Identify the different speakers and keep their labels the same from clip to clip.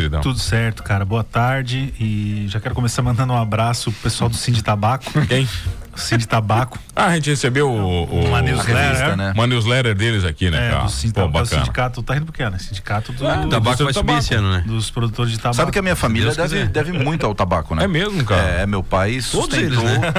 Speaker 1: Verdão?
Speaker 2: Tudo certo, cara. Boa tarde. E já quero começar mandando um abraço pro pessoal do Cine Tabaco.
Speaker 1: Quem?
Speaker 2: Cine Tabaco.
Speaker 1: Ah, a gente recebeu o, o,
Speaker 2: Uma newsletter,
Speaker 1: a
Speaker 2: é?
Speaker 1: né? uma newsletter deles aqui, né,
Speaker 2: É,
Speaker 1: cara?
Speaker 2: do Cine
Speaker 1: Pô,
Speaker 2: Tabaco. É o
Speaker 1: bacana.
Speaker 2: sindicato, tá rindo porque é, né? Sindicato do-
Speaker 1: Ah,
Speaker 2: do-
Speaker 3: Tabaco vai subir esse ano, né?
Speaker 2: dos produtores de tabaco.
Speaker 4: Sabe que é a minha família
Speaker 3: Deus
Speaker 4: deve,
Speaker 3: quiser.
Speaker 4: deve muito ao tabaco, né?
Speaker 1: É mesmo, cara?
Speaker 4: É, meu pai
Speaker 3: Todos eles,
Speaker 4: sustentou.
Speaker 3: né?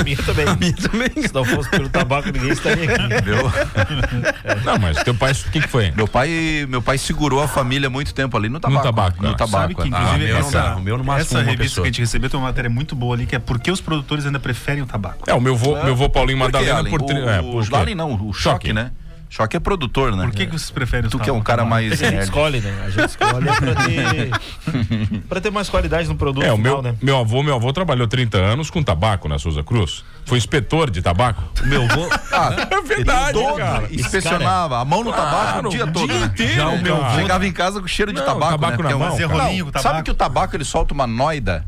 Speaker 5: A minha também. Se não fosse pelo tabaco, ninguém estaria aqui.
Speaker 4: meu,
Speaker 1: Não, mas teu pai, o que, que foi?
Speaker 4: meu pai, meu pai segurou a família muito tempo ali no tabaco.
Speaker 1: tabaco,
Speaker 4: No
Speaker 1: cara.
Speaker 4: tabaco.
Speaker 2: Sabe que,
Speaker 4: é.
Speaker 2: inclusive,
Speaker 3: meu não
Speaker 2: essa,
Speaker 3: dá. O meu no máximo
Speaker 2: essa
Speaker 3: uma
Speaker 2: revista
Speaker 3: pessoa.
Speaker 2: que a gente recebeu tem uma matéria muito boa ali, que é Por que os produtores ainda preferem o tabaco?
Speaker 1: É, o meu vô, meu vô Paulinho
Speaker 4: Por que,
Speaker 1: Madalena
Speaker 4: Allen?
Speaker 1: por, tri- é,
Speaker 4: o,
Speaker 1: por quê?
Speaker 4: o Allen não, o choque,
Speaker 1: Choque.
Speaker 4: né? Choque é produtor, né?
Speaker 2: Por Ah, que, que vocês preferem o
Speaker 4: Tu
Speaker 2: tabaco?
Speaker 4: que é um cara
Speaker 5: A
Speaker 4: mais.
Speaker 5: gente
Speaker 4: nerd.
Speaker 5: escolhe, né? A gente escolhe pra ter, pra ter mais qualidade no produto
Speaker 1: É, o
Speaker 5: final,
Speaker 1: meu,
Speaker 5: né?
Speaker 1: meu avô, meu avô trabalhou 30 anos com tabaco na Souza Cruz. Foi inspetor de tabaco.
Speaker 3: Meu avô,
Speaker 4: Ah,
Speaker 1: É verdade,
Speaker 4: todo
Speaker 1: cara.
Speaker 4: né? inspecionava a mão no tabaco o dia todo, né?
Speaker 1: Já o meu avô.
Speaker 4: Chegava em casa com cheiro de
Speaker 1: Não,
Speaker 4: tabaco,
Speaker 1: tabaco
Speaker 4: né?
Speaker 1: na
Speaker 4: Porque é um-
Speaker 1: mão,
Speaker 2: Fazer
Speaker 1: cara.
Speaker 2: rolinho com tabaco?
Speaker 4: Sabe que o tabaco ele solta uma noida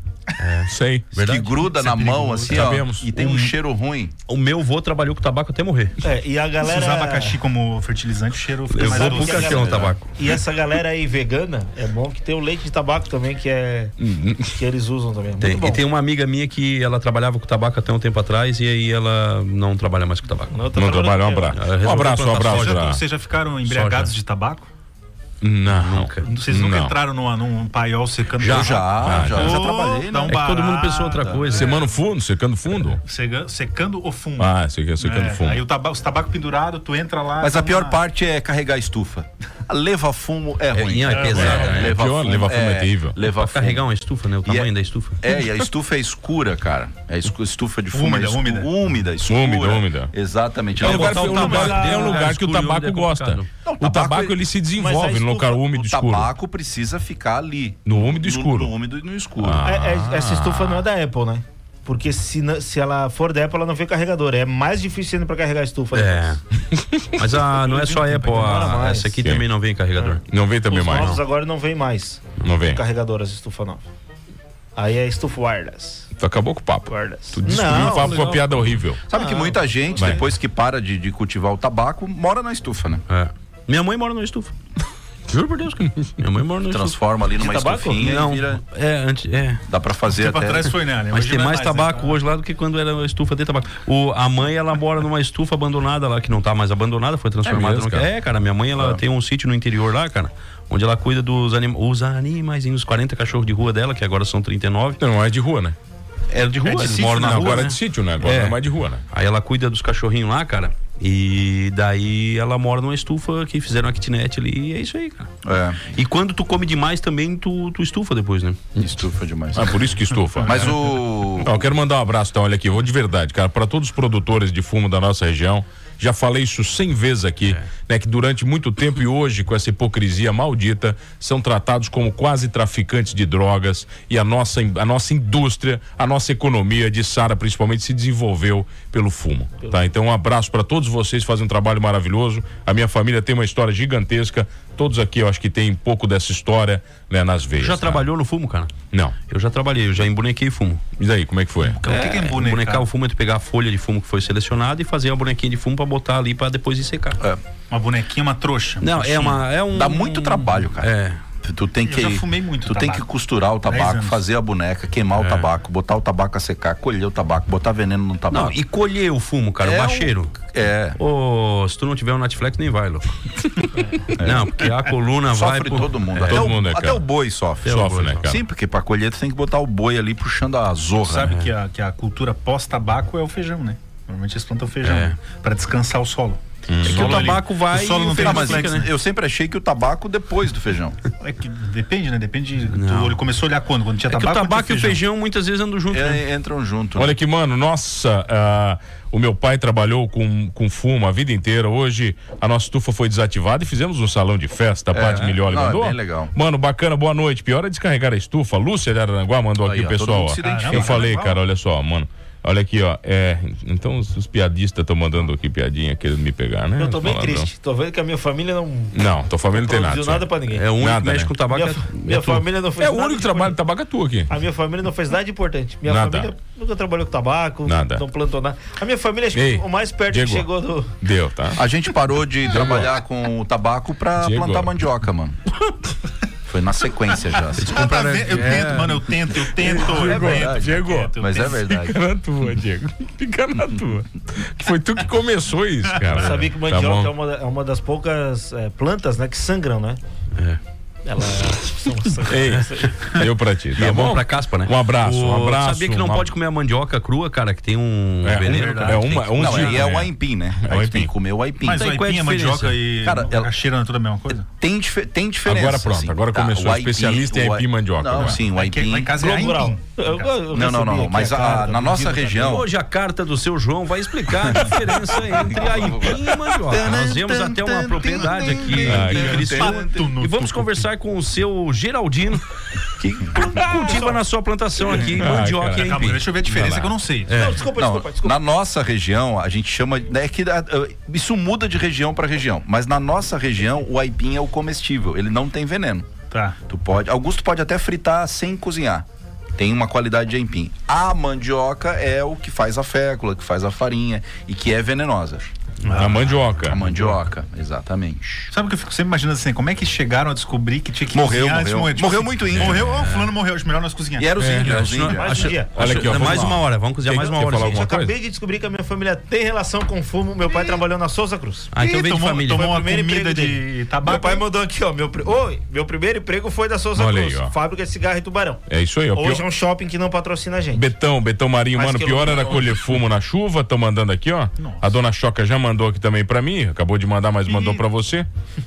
Speaker 1: Sei.
Speaker 4: que gruda na mão assim, ó,
Speaker 1: Sabemos.
Speaker 4: e tem um cheiro ruim.
Speaker 3: o meu avô trabalhou com tabaco até morrer.
Speaker 5: É, e a
Speaker 2: Se
Speaker 5: galera...
Speaker 2: usar abacaxi como fertilizante, o cheiro fica
Speaker 3: Eu
Speaker 2: mais
Speaker 3: vou
Speaker 2: doce.
Speaker 3: pro caixão o um tabaco.
Speaker 5: E essa galera aí vegana, é bom que tem o leite de tabaco também, que é... que eles usam também. Muito
Speaker 3: Uhum. Tem.
Speaker 5: bom.
Speaker 3: E tem um uma amiga minha que ela trabalhava com tabaco até um tempo atrás e aí ela não trabalha mais com tabaco.
Speaker 5: Não, tá
Speaker 1: Não
Speaker 5: trabalhando
Speaker 1: trabalho, um
Speaker 5: aqui, ó.
Speaker 1: abraço.
Speaker 3: Ela
Speaker 1: Um
Speaker 3: resolveu
Speaker 1: abraço, um
Speaker 3: plantar
Speaker 1: abraço.
Speaker 2: Vocês já-
Speaker 1: pra-
Speaker 2: Vocês já ficaram embriagados
Speaker 1: Soja.
Speaker 2: de tabaco?
Speaker 1: Não.
Speaker 3: Nunca. É
Speaker 2: Vocês nunca
Speaker 1: Não.
Speaker 2: entraram numa- num paiol secando
Speaker 4: Eu já,
Speaker 1: Ah,
Speaker 4: já,
Speaker 2: já.
Speaker 4: já trabalhei,
Speaker 2: Então,
Speaker 4: né?
Speaker 3: É que todo mundo pensou outra
Speaker 2: Barata.
Speaker 3: coisa.
Speaker 1: Semana no fundo, secando fundo.
Speaker 2: Sega- secando o fumo.
Speaker 1: Ah, esse aqui é secando
Speaker 2: É,
Speaker 1: fundo.
Speaker 2: Aí o taba os tabaco pendurado, tu entra lá.
Speaker 4: Mas
Speaker 2: tá
Speaker 4: a pior
Speaker 2: numa-
Speaker 4: parte é carregar a estufa. A leva fumo é ruim.
Speaker 3: é pesado, né?
Speaker 1: É pior, leva fumo é terrível. um
Speaker 4: Leva
Speaker 3: Pra
Speaker 4: fumo.
Speaker 3: carregar uma estufa, né? O tamanho
Speaker 4: é-
Speaker 3: da estufa.
Speaker 4: É, e a estufa é escura, cara. É escu- estufa de fumo.
Speaker 2: Úmida,
Speaker 4: é escu-
Speaker 2: úmida.
Speaker 4: Úmida, escura.
Speaker 1: Úmida, úmida.
Speaker 4: Exatamente.
Speaker 1: É um
Speaker 4: Leva
Speaker 1: lugar,
Speaker 3: botar o
Speaker 1: é um lugar-
Speaker 3: tabaco
Speaker 1: é um
Speaker 3: lá,
Speaker 1: lugar que o
Speaker 3: escuro,
Speaker 1: tabaco
Speaker 3: é
Speaker 1: gosta.
Speaker 3: complicado.
Speaker 4: Não,
Speaker 1: o tabaco
Speaker 4: ele-
Speaker 1: ele se desenvolve
Speaker 5: Mas a
Speaker 1: no lugar
Speaker 5: estufa-
Speaker 1: úmido e
Speaker 4: O
Speaker 1: escuro.
Speaker 4: tabaco precisa ficar ali.
Speaker 1: No úmido e escuro.
Speaker 4: No, no úmido e no escuro.
Speaker 1: Ah.
Speaker 5: É- é- essa estufa não é da Apple, né? Porque se, na- se ela for da Apple, ela não vem carregador. É mais difícil ainda pra carregar a estufa.
Speaker 3: É. Mas a, não é só a Apple,
Speaker 5: Demora
Speaker 3: a,
Speaker 5: mais.
Speaker 3: essa aqui
Speaker 1: Sim.
Speaker 3: também não vem carregador.
Speaker 1: Não vem também
Speaker 5: Os
Speaker 1: mais.
Speaker 5: novos agora não vem mais
Speaker 1: Não vem.
Speaker 5: carregador as estufa nova. Aí é estufa wireless.
Speaker 1: Tu acabou com o papo.
Speaker 5: wireless.
Speaker 1: Tu destruiu o papo com a piada horrível.
Speaker 4: Sabe que muita gente,
Speaker 1: Vai.
Speaker 4: depois que para de, de cultivar o tabaco, mora na estufa, né?
Speaker 3: É. Minha mãe mora numa estufa. Juro por Deus que minha mãe mora numa estufa.
Speaker 4: Transforma ali numa
Speaker 5: tabaco?
Speaker 4: estufinha
Speaker 3: Não,
Speaker 4: e vira.
Speaker 3: é, antes, é.
Speaker 4: Dá pra fazer
Speaker 2: Tempo
Speaker 4: até.
Speaker 2: atrás foi, né?
Speaker 3: Mas
Speaker 2: Hoje
Speaker 3: tem
Speaker 2: não é
Speaker 3: mais tabaco
Speaker 2: né?
Speaker 3: hoje lá do que quando era uma estufa de tabaco. O, a mãe, ela mora numa estufa abandonada lá, que não tá mais abandonada, foi transformada.
Speaker 1: É mesmo,
Speaker 3: no-
Speaker 1: cara?
Speaker 3: é, cara, minha mãe, ela tem um sítio no interior lá, cara, onde ela cuida dos anima os animaizinhos, os 40 cachorros de rua dela, que agora são 39.
Speaker 1: Não, é de rua, né?
Speaker 3: Era de rua,
Speaker 1: de
Speaker 3: eles
Speaker 1: sítio,
Speaker 3: moram
Speaker 1: né?
Speaker 3: na rua,
Speaker 1: Agora é
Speaker 3: né?
Speaker 1: de sítio, né? Agora
Speaker 3: É.
Speaker 1: não é mais de rua, né?
Speaker 3: Aí ela cuida dos cachorrinhos lá, cara. E daí ela mora numa estufa que fizeram uma kitnet ali e é isso aí, cara.
Speaker 4: É,
Speaker 3: E quando tu come demais também, tu, tu estufa depois, né?
Speaker 4: estufa demais.
Speaker 1: Ah, por isso que estufa.
Speaker 4: Mas o.
Speaker 1: Ó, eu quero mandar um abraço, então, olha aqui, vou de verdade, cara, para todos os produtores de fumo da nossa região. Já falei isso cem vezes aqui,
Speaker 3: É.
Speaker 1: né? Que durante muito tempo e hoje, com essa hipocrisia maldita, são tratados como quase traficantes de drogas e a nossa, in- a nossa indústria, a nossa economia de Sara, principalmente, se desenvolveu pelo fumo. Tá? Então, um abraço para todos vocês, fazem um trabalho maravilhoso. A minha família tem uma história gigantesca. Todos aqui, eu acho que tem um pouco dessa história né, nas veias.
Speaker 3: Já
Speaker 1: tá?
Speaker 3: trabalhou no fumo, cara?
Speaker 1: Não.
Speaker 3: Eu já trabalhei, eu já embonequei fumo.
Speaker 1: E daí, como é que foi?
Speaker 2: O que que é bonecar?
Speaker 3: Bonecar Então, o fumo é tu pegar a folha de fumo que foi selecionada e fazer uma bonequinha de fumo pra botar ali pra depois ir secar.
Speaker 4: é,
Speaker 2: Uma bonequinha, uma trouxa.
Speaker 3: Não, é uma. É um,
Speaker 4: Dá muito trabalho, cara.
Speaker 3: É.
Speaker 4: Tu tem
Speaker 2: Eu
Speaker 4: que.
Speaker 2: já fumei muito
Speaker 4: Tu tem
Speaker 2: tabaco.
Speaker 4: que costurar o
Speaker 2: Dez
Speaker 4: tabaco,
Speaker 2: anos.
Speaker 4: fazer a boneca, queimar o tabaco, botar o tabaco a secar, colher o tabaco, botar veneno no tabaco.
Speaker 3: Não, e colher o fumo, cara,
Speaker 4: É
Speaker 3: o
Speaker 4: um-
Speaker 3: bacheiro.
Speaker 4: É.
Speaker 3: Ô, se tu não tiver um Netflix, nem vai, louco. Não, porque a coluna vai.
Speaker 4: Sofre
Speaker 3: pro-
Speaker 4: todo mundo. até
Speaker 1: todo
Speaker 4: o,
Speaker 3: né,
Speaker 1: mundo é
Speaker 4: até
Speaker 1: cara.
Speaker 4: o boi sofre.
Speaker 1: Sofre, né, cara?
Speaker 4: Sim, porque pra colher tu tem que botar o boi ali puxando a zorra.
Speaker 2: Sabe
Speaker 4: né?
Speaker 2: que, a, que a cultura pós-tabaco é o feijão, né? Normalmente eles plantam feijão
Speaker 3: É.
Speaker 2: né? pra descansar o solo.
Speaker 3: É que o
Speaker 2: Solo ali-
Speaker 3: tabaco vai.
Speaker 2: o solo não
Speaker 3: e
Speaker 2: tem
Speaker 4: Ah,
Speaker 3: o
Speaker 4: mas
Speaker 3: feijão
Speaker 2: reflexo,
Speaker 3: fica, né?
Speaker 4: eu sempre achei que o tabaco depois do feijão.
Speaker 2: É que depende, né? Depende. de-
Speaker 3: Não.
Speaker 2: Tu, ele começou a olhar quando? Quando tinha
Speaker 3: É que
Speaker 2: tabaco.
Speaker 3: o
Speaker 2: quando tinha
Speaker 3: tabaco e o feijão muitas vezes andam juntos. né?
Speaker 4: É, entram junto. né?
Speaker 1: Olha que, mano, nossa, ah, o meu pai trabalhou com, com fumo a vida inteira. Hoje a nossa estufa foi desativada e fizemos um salão de festa. A Paty Milioli
Speaker 4: Não, é
Speaker 1: mandou.
Speaker 4: bem legal.
Speaker 1: Mano, bacana, boa noite. Pior é descarregar a estufa. A Lúcia de Aranguá mandou
Speaker 4: Aí,
Speaker 1: aqui
Speaker 4: ó,
Speaker 1: o pessoal.
Speaker 4: todo mundo
Speaker 1: ó.
Speaker 4: se identifica. né,
Speaker 1: Eu falei,
Speaker 2: Caramba.
Speaker 1: cara, olha só, mano. Olha aqui, ó. É, então os, os piadistas estão mandando aqui piadinha querendo me pegar, né?
Speaker 5: Eu tô bem
Speaker 1: Faladão.
Speaker 5: triste. Tô vendo que a minha família não
Speaker 1: Não, tua família não tem nada.
Speaker 5: produziu nada
Speaker 1: senhor.
Speaker 5: pra ninguém.
Speaker 3: É o único
Speaker 1: Nada,
Speaker 3: que mexe
Speaker 1: né?
Speaker 3: com tabaco.
Speaker 5: minha
Speaker 3: é-
Speaker 5: fa-
Speaker 3: é
Speaker 5: minha
Speaker 3: tu.
Speaker 5: família não fez
Speaker 1: É o
Speaker 5: nada
Speaker 1: único trabalho de tabaco é tu aqui.
Speaker 5: A minha família não fez nada de importante. Minha
Speaker 1: Nada.
Speaker 5: família nunca trabalhou com tabaco,
Speaker 1: Nada.
Speaker 5: não plantou nada. A minha família, acho que
Speaker 1: Ei,
Speaker 5: o mais perto
Speaker 1: Diego.
Speaker 5: que chegou do.
Speaker 1: Deu, tá?
Speaker 4: A gente parou de trabalhar com o tabaco pra
Speaker 1: Diego.
Speaker 4: plantar mandioca, mano. Foi na sequência já. assim.
Speaker 2: Ah, tá vendo? Eu tento, mano, eu tento, eu tento, eu tento.
Speaker 1: Diego,
Speaker 2: eu tento, eu
Speaker 4: Mas é
Speaker 2: tento.
Speaker 4: verdade.
Speaker 1: Fica na tua, Diego. Fica na tua. Que foi tu que começou isso, cara.
Speaker 5: Eu sabia que
Speaker 1: Tá
Speaker 5: mandioca
Speaker 1: bom.
Speaker 5: é, uma, da- é uma das poucas eh, plantas, né, que sangram, né? É. Ela
Speaker 1: Ei, deu pra ti. Tá
Speaker 3: e é bom
Speaker 1: bom?
Speaker 3: pra caspa, né?
Speaker 1: Um abraço, um abraço.
Speaker 3: Sabia que não
Speaker 1: uma-
Speaker 3: pode comer a mandioca crua, cara, que tem um
Speaker 1: É,
Speaker 3: veneno,
Speaker 1: um-
Speaker 3: cara?
Speaker 1: é uma, um
Speaker 4: Não, aí
Speaker 1: dia,
Speaker 4: é
Speaker 1: né?
Speaker 4: o aipim, né?
Speaker 1: É o
Speaker 4: Aí tem
Speaker 1: aipim.
Speaker 4: que comer o aipim.
Speaker 2: Mas o
Speaker 3: Então, qual é a
Speaker 2: aipim, a
Speaker 3: diferença?
Speaker 2: mandioca e
Speaker 4: Cara,
Speaker 2: a
Speaker 4: ela-
Speaker 2: cheira não é tudo a mesma coisa?
Speaker 4: Tem, dife- tem diferença.
Speaker 1: Agora
Speaker 4: assim. Tá,
Speaker 1: pronto, agora começou.
Speaker 4: o
Speaker 1: Especialista em
Speaker 4: o
Speaker 1: aipim e mandioca,
Speaker 4: Não,
Speaker 1: né?
Speaker 4: sim, o
Speaker 2: É que
Speaker 4: aipim.
Speaker 2: lá em casa é
Speaker 5: Globural.
Speaker 2: aipim.
Speaker 5: Eu- eu- eu
Speaker 4: Tá Não, não,
Speaker 5: recebi é
Speaker 4: não.
Speaker 5: aqui
Speaker 4: Mas
Speaker 5: a
Speaker 4: a-
Speaker 5: carta
Speaker 4: na
Speaker 5: do
Speaker 4: nossa
Speaker 5: Guido
Speaker 4: região.
Speaker 3: Hoje a carta do seu João vai explicar a diferença entre aipim e mandioca. Nós vemos até uma propriedade aqui
Speaker 1: Ah,
Speaker 3: em Criciúma.
Speaker 2: Pato no
Speaker 3: E vamos conversar com o seu Geraldino, que cultiva na sua plantação aqui
Speaker 1: Ah,
Speaker 3: mandioca
Speaker 1: cara,
Speaker 3: e
Speaker 2: Calma,
Speaker 3: aipim.
Speaker 2: deixa eu ver a
Speaker 1: Vai lá.
Speaker 2: diferença que eu não sei.
Speaker 5: Não, desculpa,
Speaker 4: Não,
Speaker 5: desculpa, desculpa.
Speaker 4: Na nossa região, a gente chama. né, é que, ah, ah, isso muda de região para região. Mas na nossa região, o aipim é o comestível. Ele não tem veneno.
Speaker 2: Tá.
Speaker 4: Tu pode. Augusto pode até fritar sem cozinhar. Tem uma qualidade de aipim. A mandioca é o que faz a fécula, que faz a farinha e que é venenosa.
Speaker 1: A mandioca.
Speaker 4: A mandioca, exatamente.
Speaker 2: Sabe o que eu fico sempre imaginando assim? Como é que chegaram a descobrir que tinha que
Speaker 4: Morreu,
Speaker 2: cozinhar?
Speaker 4: morreu.
Speaker 2: antes de morrer?
Speaker 4: Morreu muito índio.
Speaker 2: Morreu, ó, o fulano morreu, acho melhor nós cozinhar.
Speaker 4: E era os
Speaker 1: É,
Speaker 4: índios,
Speaker 1: é,
Speaker 4: os índios.
Speaker 5: Mais um dia.
Speaker 1: Olha aqui, ó. vamos
Speaker 3: mais
Speaker 1: lá.
Speaker 3: uma hora, vamos cozinhar
Speaker 1: Quer-
Speaker 3: mais uma
Speaker 1: quer
Speaker 3: hora.
Speaker 1: falar
Speaker 3: gente.
Speaker 1: alguma
Speaker 5: Acabei
Speaker 1: coisa?
Speaker 5: de descobrir que a minha família tem relação com fumo. Meu pai trabalhou na Souza Cruz.
Speaker 3: Ah, então
Speaker 2: Ih,
Speaker 3: vem de
Speaker 2: tomou-
Speaker 3: família.
Speaker 2: tomou
Speaker 5: Foi o
Speaker 2: uma
Speaker 5: primeiro
Speaker 2: comida
Speaker 5: emprego
Speaker 2: de
Speaker 5: dele.
Speaker 2: tabaco,
Speaker 5: Meu pai
Speaker 2: hein?
Speaker 5: mandou aqui, ó. Meu, pri- Oi, meu primeiro emprego foi da Souza
Speaker 1: Olha
Speaker 5: Cruz.
Speaker 1: aí, ó.
Speaker 5: Fábrica de cigarro e tubarão.
Speaker 1: É isso aí, ó.
Speaker 5: Hoje
Speaker 1: Pior-
Speaker 5: é um shopping que não patrocina a gente.
Speaker 1: Betão, Betão Marinho,
Speaker 5: Mais
Speaker 1: mano,
Speaker 5: que
Speaker 1: pior era
Speaker 5: iluminação.
Speaker 1: colher fumo na chuva, estão mandando aqui, ó.
Speaker 2: Nossa.
Speaker 1: A dona Choca já mandou aqui também pra mim, acabou de mandar, mas mandou pra você,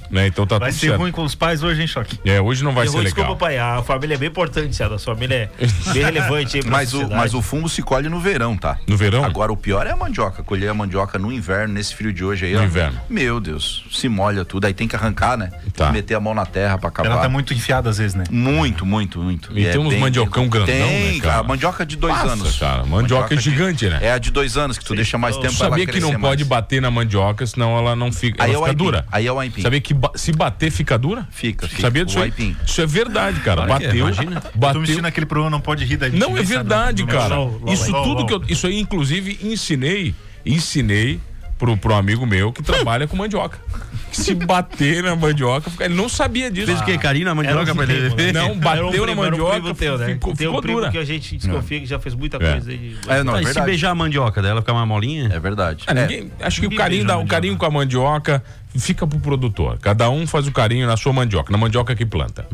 Speaker 1: né? Então tá
Speaker 2: Vai
Speaker 1: tudo
Speaker 2: ser
Speaker 1: certo.
Speaker 2: ruim com os pais hoje, hein, Choque?
Speaker 1: É, hoje não vai
Speaker 5: Eu
Speaker 1: ser
Speaker 5: vou-
Speaker 1: legal.
Speaker 5: Desculpa, pai. A família é bem importante, César. A sua família é bem relevante aí pra
Speaker 4: Mas o,
Speaker 5: sociedade.
Speaker 4: mas o fumo se colhe no verão, tá?
Speaker 1: No verão?
Speaker 4: Agora o pior é a mandioca. Colher a mandioca no inverno, nesse frio de hoje aí.
Speaker 1: No
Speaker 4: ó.
Speaker 1: inverno.
Speaker 4: Meu Deus, se molha tudo. Aí tem que arrancar, né?
Speaker 1: Tá.
Speaker 4: Meter a mão na terra pra acabar.
Speaker 2: Ela tá muito enfiada às vezes, né?
Speaker 4: Muito, muito, muito. É
Speaker 1: E tem uns mandiocão grandão,
Speaker 4: Tem,
Speaker 1: né, cara?
Speaker 4: A mandioca de dois
Speaker 1: Passa,
Speaker 4: anos.
Speaker 1: cara. Mandioca é
Speaker 4: de-
Speaker 1: gigante, né?
Speaker 4: É a de dois anos, que tu deixa mais tempo pra ela
Speaker 1: Então, Sabia que não
Speaker 4: crescer
Speaker 1: pode
Speaker 4: mais.
Speaker 1: bater na mandioca, senão ela não fica,
Speaker 4: Aí
Speaker 1: ela
Speaker 4: é o
Speaker 1: fica
Speaker 4: aipim.
Speaker 1: dura.
Speaker 4: Aí é o aipim.
Speaker 1: Sabia que ba- se bater fica dura?
Speaker 4: Fica, fica.
Speaker 1: Sabia disso
Speaker 4: O
Speaker 1: aí?
Speaker 4: aipim.
Speaker 1: Isso é verdade, cara.
Speaker 3: Claro que é,
Speaker 1: Bateu,
Speaker 3: imagina.
Speaker 2: Tô me
Speaker 1: bateu.
Speaker 2: sentindo aquele programa, não pode rir da gente. né,
Speaker 1: Não, é
Speaker 2: sabe?
Speaker 1: verdade,
Speaker 2: Do meu
Speaker 1: cara.
Speaker 2: show.
Speaker 1: Isso
Speaker 2: Lol,
Speaker 1: tudo
Speaker 2: lol.
Speaker 1: que eu. Isso aí, inclusive, ensinei, ensinei pro, pro amigo meu que trabalha com mandioca. Que se bater na mandioca, fica- ele não sabia disso.
Speaker 3: Fez o quê? Carinho na mandioca
Speaker 5: Era um
Speaker 3: pra ele Tá
Speaker 5: primo, né?
Speaker 3: ver?
Speaker 1: Não,
Speaker 5: Era
Speaker 1: bateu na
Speaker 5: primo, era
Speaker 1: mandioca,
Speaker 5: primo teu, né?
Speaker 1: ficou,
Speaker 5: Tem um
Speaker 1: ficou
Speaker 5: primo
Speaker 1: dura. É.
Speaker 5: que a gente desconfia que já fez muita coisa aí.
Speaker 4: É, não,
Speaker 3: Tá,
Speaker 4: é
Speaker 3: e se
Speaker 4: verdade.
Speaker 3: beijar a mandioca dela, ficar mais molinha?
Speaker 4: É verdade.
Speaker 1: Ah, ninguém- acho que o carinho,
Speaker 2: beija
Speaker 1: da-
Speaker 2: a
Speaker 1: o
Speaker 2: mandioca.
Speaker 1: carinho com a mandioca fica pro produtor. Cada um faz o carinho na sua mandioca, na mandioca que planta.